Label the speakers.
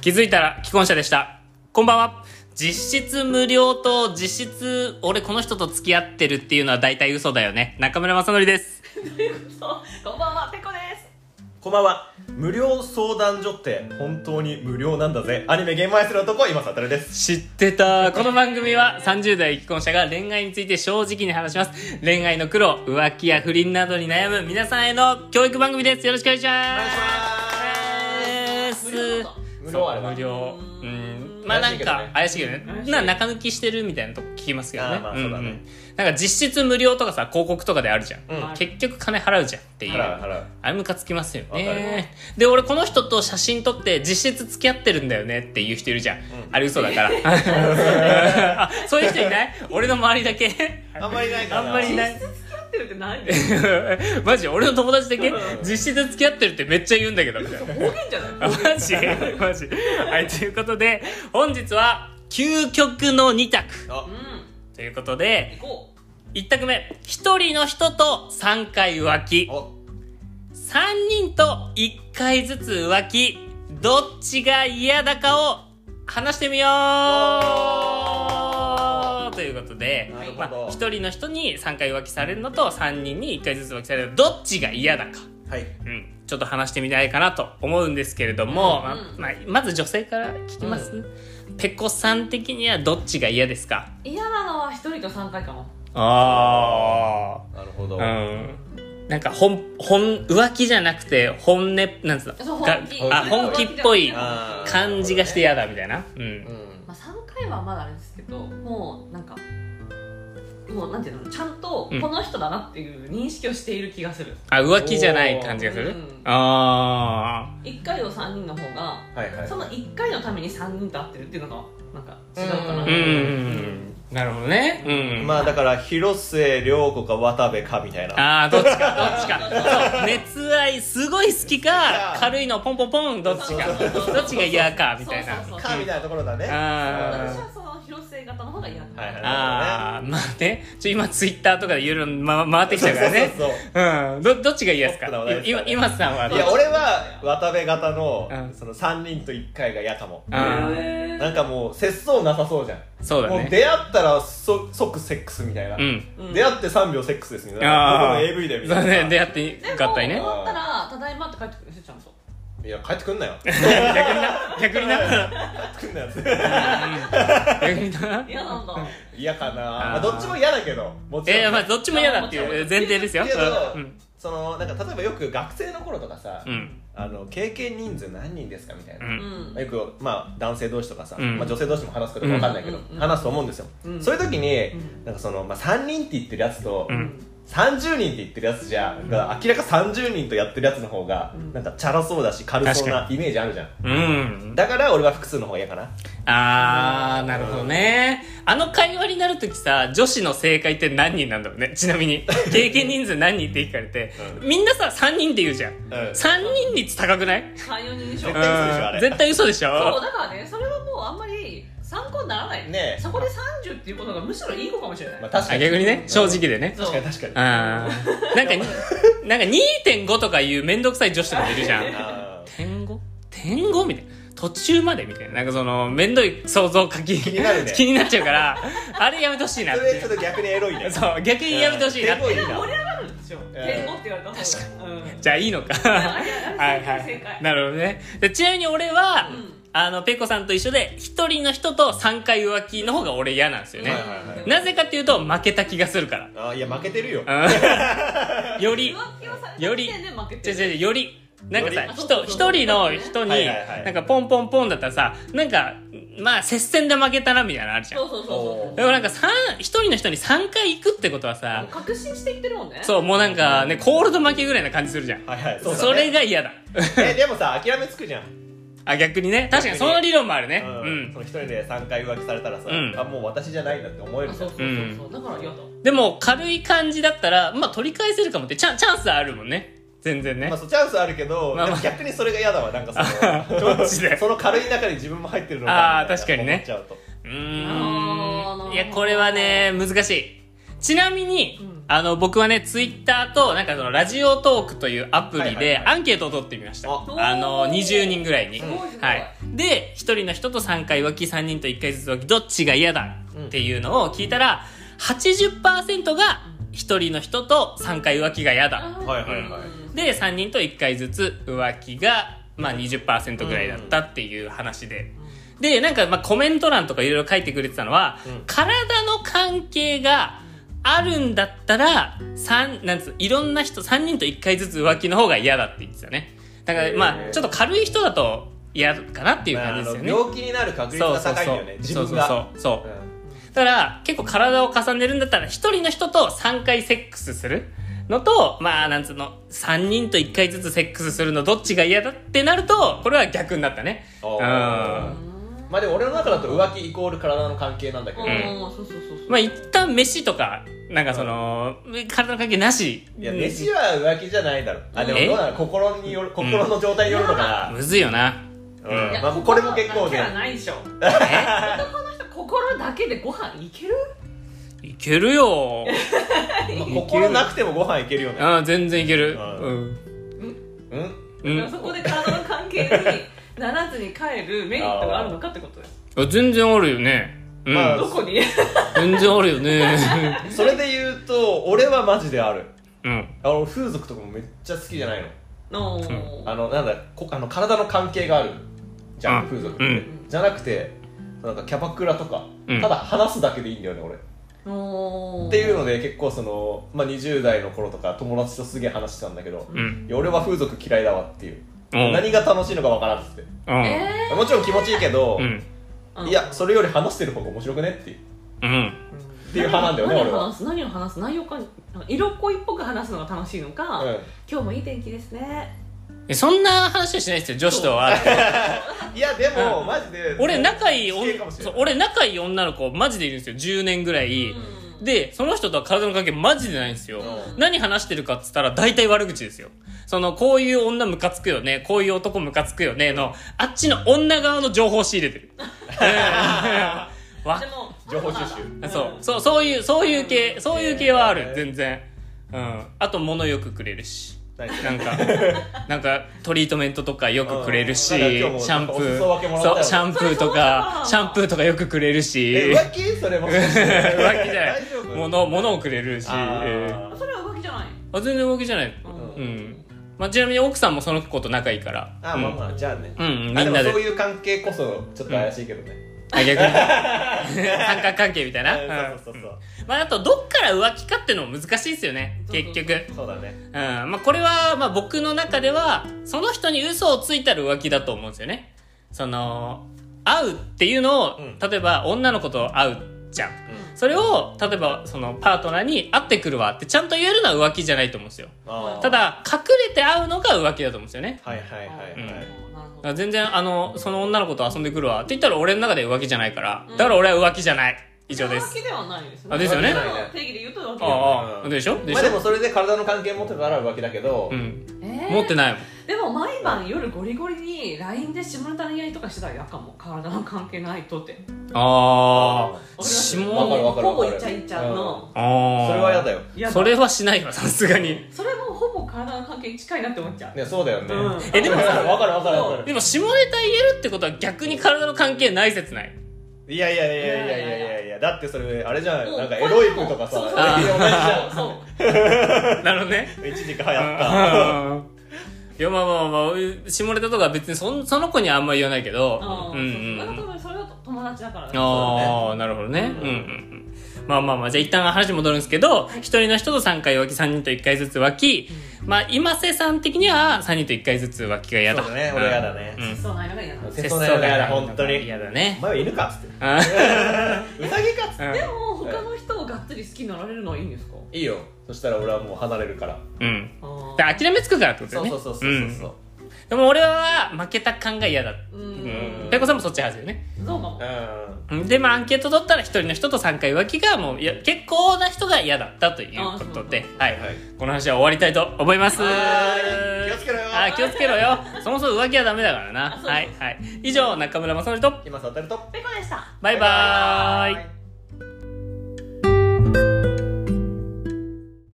Speaker 1: 気づいたら既婚者でしたこんばんは実質無料と実質俺この人と付き合ってるっていうのは大体嘘だよね中村正則です
Speaker 2: こんばんは、ペコです。
Speaker 3: こんばんは無料相談所って本当に無料なんだぜアニメゲーム愛する男今さたるです
Speaker 1: 知ってたこの番組は30代既婚者が恋愛について正直に話します恋愛の苦労浮気や不倫などに悩む皆さんへの教育番組ですよろしくお願いします
Speaker 2: 無料だ
Speaker 3: 無料あれ
Speaker 1: そう
Speaker 3: ば
Speaker 1: 無料う
Speaker 2: うんん
Speaker 1: まあなんか怪
Speaker 3: 怪
Speaker 1: しいけどね
Speaker 2: 怪しい
Speaker 1: な中抜きしてるみたいなとこ聞きますけど
Speaker 3: あ
Speaker 1: ね
Speaker 3: ーまあそうだね
Speaker 1: んんなんか実質無料とかさ広告とかであるじゃん、
Speaker 3: うん
Speaker 1: 結局金払うじゃんっていう
Speaker 3: 払う払う
Speaker 1: あれムカつきますよ
Speaker 3: わかる
Speaker 1: ねで俺この人と写真撮って実質付き合ってるんだよねっていう人いるじゃん、あれ嘘だからあそういう人いない俺の周りだけ
Speaker 3: あんまりないか
Speaker 1: あ
Speaker 3: なん
Speaker 1: まりいない
Speaker 2: 付き合ってるって何
Speaker 1: マジ俺の友達だけ
Speaker 2: うん
Speaker 1: 実質付き合ってるってめっちゃ言うんだけどみたいな
Speaker 2: 方言じゃない
Speaker 1: あマジマ ジはいということで本日は究極の2択
Speaker 3: あ
Speaker 2: うん。
Speaker 1: ということで
Speaker 2: 行こう。
Speaker 1: 1択目1人の人と3回浮気
Speaker 3: お
Speaker 1: 3人と1回ずつ浮気どっちが嫌だかを話してみようということで、
Speaker 3: なるほ
Speaker 1: ま
Speaker 3: ど
Speaker 1: あ、1人の人に3回浮気されるのと3人に1回ずつ浮気されるのどっちが嫌だか
Speaker 3: はい
Speaker 1: うん、ちょっと話してみたいかなと思うんですけれども、
Speaker 2: うん
Speaker 1: まあまず女性から聞きます、ペコさん的にはどっちが嫌ですか
Speaker 2: 嫌なのは一人と三回かな。
Speaker 1: あ
Speaker 3: なるほど、
Speaker 1: うんなんか本本浮気じゃなくて本音なんつうの
Speaker 2: そう
Speaker 1: が
Speaker 2: 本気
Speaker 1: あ本気っぽい
Speaker 3: あー
Speaker 1: 感じがして嫌だみたいな、う、
Speaker 3: うんん
Speaker 2: まあ三回はまだあれですけど、もうなんか。もうなんていうのちゃんと
Speaker 1: うん
Speaker 2: この人だなっていう認識をしている気がする
Speaker 1: あ浮気じゃない感じがする、
Speaker 2: うん
Speaker 1: ああ
Speaker 2: 一回を三人の方が
Speaker 3: はいはい
Speaker 2: その一回のために三人と会ってるっていうのがなんか違うかな
Speaker 1: うん、なるほどねうん
Speaker 3: まあだから広末涼子か渡部かみたいな
Speaker 1: ああどっちかどっちかそう熱愛すごい好きか軽いのポンポンポンどっちかどっちが嫌かみたいな
Speaker 2: そうそうそう
Speaker 3: かみたいなところだね
Speaker 1: あ
Speaker 2: 私はその広末型の方が嫌かな
Speaker 3: はいはい
Speaker 1: ああまあねちょ今ツイッターとかでいろいろ回回ってき
Speaker 3: そ
Speaker 1: た
Speaker 3: う
Speaker 1: からね
Speaker 3: そうそう
Speaker 1: うんどどっちが嫌ですか
Speaker 3: ポップな話題です
Speaker 1: 今
Speaker 3: からね
Speaker 1: 今さんはい
Speaker 3: や俺は渡部型の、
Speaker 1: うん
Speaker 3: その3人と1回が嫌かも、
Speaker 1: あー
Speaker 2: へー
Speaker 3: なんかもう節操なさそうじゃん
Speaker 1: そうだ
Speaker 3: もう
Speaker 1: ね
Speaker 3: 出会ったらそ即セックスみたいな、
Speaker 1: うん
Speaker 2: うん
Speaker 3: 出会って3秒セックスですみたい
Speaker 1: あ
Speaker 3: な
Speaker 1: あ
Speaker 3: 僕の AV でみ
Speaker 1: そ
Speaker 3: た
Speaker 1: う
Speaker 3: い
Speaker 1: ね
Speaker 3: な、
Speaker 1: 出会って合体
Speaker 2: で
Speaker 1: ね
Speaker 2: も終わったら「ただいま」って帰ってくるしちゃんと
Speaker 3: いや帰って くんなよ
Speaker 1: 逆にな逆にな
Speaker 3: 帰ってくんなよ
Speaker 1: 逆にな
Speaker 2: 嫌なんだ
Speaker 3: 嫌かなま
Speaker 1: あー
Speaker 3: あ、どっちも嫌だけどもちろん、
Speaker 1: えーまあどっちも嫌だっていう前提ですよ
Speaker 3: けど、
Speaker 1: うん
Speaker 3: そのなんか例えばよく学生の頃とかさ、
Speaker 1: うん
Speaker 3: あの経験人数何人ですかみたいうな、
Speaker 2: うんん
Speaker 3: よく、まあ、男性同士とかさ、
Speaker 1: うん
Speaker 3: まあ、女性同士も話すことか分かんないけど、
Speaker 2: うんうんうん
Speaker 3: 話すと思うんですよ、
Speaker 2: うん
Speaker 3: そういう時に、
Speaker 2: うん
Speaker 3: なんかその、まあ、3人って言ってるやつと、
Speaker 1: うん
Speaker 3: 30人って言ってるやつじゃ、なんか明らか30人とやってるやつの方が、
Speaker 2: うん
Speaker 3: なんかチャラそうだし軽そう
Speaker 1: 確
Speaker 3: なイメージあるじゃん
Speaker 1: うん
Speaker 3: だから俺は複数の方が嫌かな
Speaker 1: あーなるほどねあの会話になるときさ女子の正解って何人なんだろうねちなみ に経験人数何人って聞かれて、みんなさ3人で言うじゃん、
Speaker 3: ん
Speaker 1: 三3人率高くない
Speaker 2: 34人でしょ
Speaker 3: 絶対 嘘でしょ
Speaker 1: うん
Speaker 3: あ
Speaker 1: 絶対嘘でしょ
Speaker 2: そう
Speaker 3: れ
Speaker 2: だからねそれはもうあんまり参考にならない
Speaker 3: ねえ
Speaker 2: そこで30っていうことがむしろいい子かもしれない、
Speaker 3: まあ確か
Speaker 1: あ
Speaker 3: に
Speaker 1: 逆にね正直でね
Speaker 2: そう
Speaker 3: 確かに確かに
Speaker 1: あーなんか になんか2.5とかいうめんどくさい女子とかもいるじゃん
Speaker 3: あー
Speaker 1: 点5点5みたいな途中までみたいななんかそのめんどい想像書き気
Speaker 3: になる ね
Speaker 1: 気になっちゃうからあれやめてほしいなっ
Speaker 3: それちょってと逆にエロいね
Speaker 1: そう逆にやめてほしいなって
Speaker 3: うん
Speaker 2: で
Speaker 3: でもい
Speaker 2: も
Speaker 3: い
Speaker 2: 盛
Speaker 3: な
Speaker 2: り上がるんでしょ言語って言われた方が確かに、うん、
Speaker 1: じゃあいいのか
Speaker 2: あれあれ
Speaker 1: はいは
Speaker 2: 正
Speaker 1: い
Speaker 2: 解
Speaker 1: なるほどねでちなみに俺は、
Speaker 2: うん
Speaker 1: あのペコさんと一緒で一人の人と3回浮気の方が俺嫌なんですよね、
Speaker 3: はいはいはい
Speaker 1: なぜかっていうと負けた気がするから
Speaker 3: あーいや負けてるよ
Speaker 1: うんより
Speaker 2: 浮気をされた
Speaker 1: よ
Speaker 2: 時
Speaker 1: り
Speaker 2: 点で負け
Speaker 1: 違う
Speaker 2: て
Speaker 1: 違う違うよりなんかさ
Speaker 3: よ
Speaker 2: り
Speaker 1: 人一人の人に
Speaker 3: はいはいはい
Speaker 1: なんかポンポンポンだったらさなんかまあ接戦で負けたなみたいなのあるじゃん
Speaker 2: そうそうそう
Speaker 1: でもなんか三一人の人に3回行くってことはさ
Speaker 2: そう確信してきてるもんね
Speaker 1: そうもうなんかねコールド負けぐらいな感じするじゃん
Speaker 3: はいはい
Speaker 1: そう
Speaker 3: だね
Speaker 1: れが嫌だ
Speaker 3: えでもさ諦めつくじゃん
Speaker 1: あ逆にね確かにその理論もあるねう
Speaker 3: うん
Speaker 1: ん
Speaker 3: その一人で3回浮気されたらさ
Speaker 1: うん
Speaker 3: あもう私じゃないんだって思え
Speaker 2: あ
Speaker 3: るじ
Speaker 2: そ
Speaker 3: ゃ
Speaker 2: うんそうそうそう、だから嫌だ
Speaker 1: でも軽い感じだったらまあ取り返せるかもってチャンチャンスあるもんね全然ね
Speaker 3: まあ、そうチャンスあるけど、
Speaker 1: まあまあ
Speaker 3: なんか逆にそれが嫌だわなんかそ
Speaker 1: あ
Speaker 3: の
Speaker 1: マジで
Speaker 3: その軽い中に自分も入ってるの
Speaker 1: あー確かにね
Speaker 3: 思っちゃうと
Speaker 1: う
Speaker 2: なるほ
Speaker 1: ー
Speaker 2: ど
Speaker 1: んいやこれはね難しいちなみに、
Speaker 2: うん
Speaker 1: あの僕はねツイッターとなんかそのラジオトークというアプリ
Speaker 3: はいはい
Speaker 1: で
Speaker 3: はい
Speaker 1: アンケートを取ってみました、
Speaker 3: あ
Speaker 1: あの
Speaker 2: おー
Speaker 1: 20人ぐらいに、
Speaker 2: すごいすごい
Speaker 1: はい、で1人の人と3回浮気3人と1回ずつ浮気どっちが嫌だっていうのを聞いたら80%が1人の人と3回浮気が嫌だ
Speaker 3: はいはいはい
Speaker 1: で3人と1回ずつ浮気が、まあ、20%ぐらいだったっていう話で。で、なんか、まあ、コメント欄とかいろいろ書いてくれてたのは、
Speaker 3: うん
Speaker 1: 体の関係があるんだったら、三、なんつう、いろんな人、3人と1回ずつ浮気の方が嫌だって言ってたね。だから、ま
Speaker 3: へ
Speaker 1: あ、
Speaker 3: ー
Speaker 1: ちょっと軽い人だと嫌かなっていう
Speaker 3: まあ
Speaker 1: 感
Speaker 3: あ
Speaker 1: じです
Speaker 3: の
Speaker 1: よね。
Speaker 3: 病気になる確率が高いんだよね自分が
Speaker 1: そうそうそう。そう
Speaker 3: うん
Speaker 1: だから、結構体を重ねるんだったら、1人の人と3回セックスするのと、まあ、なんつうの、3人と1回ずつセックスするのどっちが嫌だってなると、これは逆になったね。
Speaker 3: お
Speaker 1: う
Speaker 3: ー
Speaker 1: ん。
Speaker 3: まあでも俺の中だと浮気イコール体の関係なんだけど、
Speaker 1: ん
Speaker 2: そうそうそうそう
Speaker 1: まあ一旦飯とかなんかその、体の関係なし
Speaker 3: いや飯は浮気じゃないだろあでも
Speaker 1: え
Speaker 3: どうなの心による心の状態によるのかな、
Speaker 1: むずいよな
Speaker 3: う
Speaker 1: う
Speaker 3: ん
Speaker 1: ん
Speaker 2: いや
Speaker 3: まあ、これも結構
Speaker 2: 心だけは
Speaker 3: ね
Speaker 2: ないでしょ
Speaker 1: え
Speaker 2: 男の人心だけでご飯いける
Speaker 1: いける よ、
Speaker 3: まあ心なくてもご飯いけるよね
Speaker 1: うん、全然いける
Speaker 3: う
Speaker 1: うん
Speaker 3: うん
Speaker 1: う
Speaker 2: だから
Speaker 1: ん
Speaker 2: そこで体の関係にならずに帰るメリットがあるのかってことです
Speaker 1: あ全然あるよねうん、
Speaker 3: まあ
Speaker 2: どこに
Speaker 1: 全然あるよ ね
Speaker 3: それで言うと俺はマジである
Speaker 1: うん
Speaker 3: あの風俗とかもめっちゃ好きじゃないの
Speaker 2: の
Speaker 3: あのなんだこあの体の関係があるじゃん、
Speaker 1: うん
Speaker 3: 風俗って、
Speaker 1: うん
Speaker 3: じゃなくてなんかキャバクラとか、
Speaker 1: うん
Speaker 3: ただ話すだけでいいんだよね俺っ
Speaker 2: の
Speaker 3: ていうので結構その、まあ、20代の頃とか友達とすげえ話してたんだけど、
Speaker 1: うん
Speaker 3: いや俺は風俗嫌いだわっていう、
Speaker 1: うん
Speaker 3: 何が楽しいのかわからんっつって
Speaker 1: うん
Speaker 2: え
Speaker 3: もちろん気持ちいいけど、
Speaker 1: うん
Speaker 2: ー
Speaker 3: いやそれより話してる方が面白くねっていう
Speaker 1: うん
Speaker 3: っていう派なんだよね
Speaker 2: 何
Speaker 3: 俺
Speaker 2: を
Speaker 3: は
Speaker 2: 話す何を話す内容かなんか色恋っぽく話すのが楽しいのか、
Speaker 3: うん
Speaker 2: 今日もいい天気ですね
Speaker 1: えそんな話はしないですよ女子とは
Speaker 3: いやでも、
Speaker 1: うん
Speaker 3: マジ で
Speaker 1: 俺仲いい
Speaker 3: 否定
Speaker 1: 女
Speaker 3: かもしれ
Speaker 1: そ
Speaker 3: な
Speaker 1: う
Speaker 3: い
Speaker 1: 俺仲いい女の子マジでいるんですよ10年ぐらい、
Speaker 2: うん
Speaker 1: でその人とは体の関係マジでないんですよ、
Speaker 3: う
Speaker 1: 何話してるかっつったら大体悪口ですよそのこういう女ムカつくよねこういう男ムカつくよねのあっちの女側の情報を仕入れて るうんわ
Speaker 2: でも
Speaker 3: 情報収集
Speaker 1: そうそうそういうそういう系そういう系はある
Speaker 3: へー
Speaker 1: 全然うんあと物よくくれるし
Speaker 3: 何
Speaker 1: なんか なんかトリートメントとかよくくれるしシ
Speaker 3: うんなんか今日も
Speaker 1: ャンプ
Speaker 3: お裾分けもらったよ
Speaker 1: そうシャンプーとかシャンプーとかよくくれるし
Speaker 3: え浮気それもしかして
Speaker 1: 浮気じゃない
Speaker 3: 大丈夫
Speaker 1: 物物をくれるし
Speaker 3: あ
Speaker 1: えー
Speaker 3: ー
Speaker 2: それは動きじゃない、
Speaker 1: あ全然浮気じゃない
Speaker 2: うん
Speaker 1: うん、まあ、ちなみに奥さんもその子と仲いいから
Speaker 3: あーまあまあじゃあね
Speaker 1: うん、うん、みん
Speaker 3: あでも
Speaker 1: なで
Speaker 3: そういう関係こそちょっと怪しいけどね、
Speaker 1: あ逆に 三角関係みたいな、
Speaker 3: う
Speaker 1: うん
Speaker 3: んそうそうそうそう
Speaker 1: まあ、あとどっから浮気かっていうのも難しいですよね結局
Speaker 2: そうそう
Speaker 3: そうだね
Speaker 1: うんまあ、これは、まあ、僕の中ではその人に嘘をついたら浮気だと思うんですよねその会うっていうのを、
Speaker 3: うん
Speaker 1: 例えば女の子と会うじゃんそれを例えばそのパートナーに会ってくるわってちゃんと言えるのは浮気じゃないと思うんですよ
Speaker 3: あー
Speaker 1: ただ隠れて会うのが浮気だと思うんですよね
Speaker 3: はいはいはいはい、
Speaker 2: うんなるほ
Speaker 1: だから
Speaker 2: ど
Speaker 1: 全然あのその女の子と遊んでくるわって言ったら俺の中で浮気じゃないから、
Speaker 2: うん
Speaker 1: だから俺は浮気じゃない以上です
Speaker 2: 動きではないですね
Speaker 1: あですよね
Speaker 2: 動きの定義で言うと動きでは
Speaker 3: は
Speaker 1: ああ
Speaker 3: うん
Speaker 1: でしょで
Speaker 3: まあ
Speaker 1: し
Speaker 3: で
Speaker 1: ょ、
Speaker 3: もそれで体の関係持ってたら浮気だけど、
Speaker 1: うん、
Speaker 2: ない、えー
Speaker 1: 持ってないもん
Speaker 2: でも毎晩夜ゴリゴリに LINE で下ネタのやりとかしてたら嫌かも体の関係ないとって
Speaker 1: ああ指紋
Speaker 2: わかります
Speaker 3: あわかるわかるわかる
Speaker 2: ほぼイチャイチャの、
Speaker 1: あ
Speaker 3: うん
Speaker 1: ー
Speaker 3: それは嫌だよ、
Speaker 2: 嫌だ
Speaker 1: それはしないわさすがに
Speaker 2: それもほぼ体の関係に近いなって思っちゃう、
Speaker 3: ね、そうだよね、
Speaker 2: うん
Speaker 1: えでもさ
Speaker 3: わかるわかるわか
Speaker 1: で
Speaker 3: る
Speaker 1: も下ネタ言えるってことは逆に体の関係ない説ない
Speaker 3: いやいやいやいやいやいやいやだってそれあれじゃない
Speaker 2: もう
Speaker 3: なんかエロい子とか
Speaker 2: そ
Speaker 3: さ
Speaker 2: うそう
Speaker 3: 同じじゃん
Speaker 2: そう
Speaker 1: なるほどね
Speaker 3: 一時期流行った
Speaker 1: あーいやまあまあまあ下ネタとかは別にそんその子にはあんま言わないけど
Speaker 2: あー
Speaker 1: うんうん
Speaker 2: そ
Speaker 1: う
Speaker 2: うそうん多分それは友達だから
Speaker 1: ああ、なるほどね。うんうんうん。まあまあまあ、じゃあ一旦話戻るんですけど、一人の人と3回浮気、3人と1回ずつ浮気、まあ今瀬さん的には3人と1回ずつ浮気が嫌だ。
Speaker 3: そうだね
Speaker 1: ん
Speaker 3: 俺嫌だね
Speaker 1: うん。
Speaker 2: そうなんや嫌な
Speaker 3: 節操が嫌だ本当に
Speaker 1: 嫌だ
Speaker 3: お
Speaker 1: ね。
Speaker 3: 前は犬かっつって
Speaker 1: あ
Speaker 3: うさぎかっつっ
Speaker 1: ー
Speaker 2: でも他の人をがっつり好きになられるのはいいんですか
Speaker 3: ていいよそしたら俺はもう離れるから
Speaker 1: うん。
Speaker 2: あ
Speaker 1: だから諦めつくからってことだ
Speaker 3: そ
Speaker 1: よ
Speaker 3: う
Speaker 1: ね。
Speaker 3: そうそうそうそうそう
Speaker 1: うんでも俺は負けた感が嫌だ。
Speaker 2: う
Speaker 1: うんん。ペコさんもそっち派ですよね。
Speaker 2: そうかも
Speaker 3: うん
Speaker 1: で、まあ、アンケート取ったら、一人の人と3回浮気が、もう、いや結構な人が嫌だったということで
Speaker 2: あそ
Speaker 1: は
Speaker 2: う、
Speaker 1: い
Speaker 3: はい。
Speaker 1: この話は終わりたいと思います。
Speaker 3: はーい気をつけろよ
Speaker 1: あ、気をつけろよ。そもそも浮気はダメだからな。
Speaker 2: あそうそう
Speaker 1: はい、はい。以上、中村正則と、
Speaker 3: 今さ当たると
Speaker 2: ペコでした
Speaker 1: バイバーイ。
Speaker 3: イ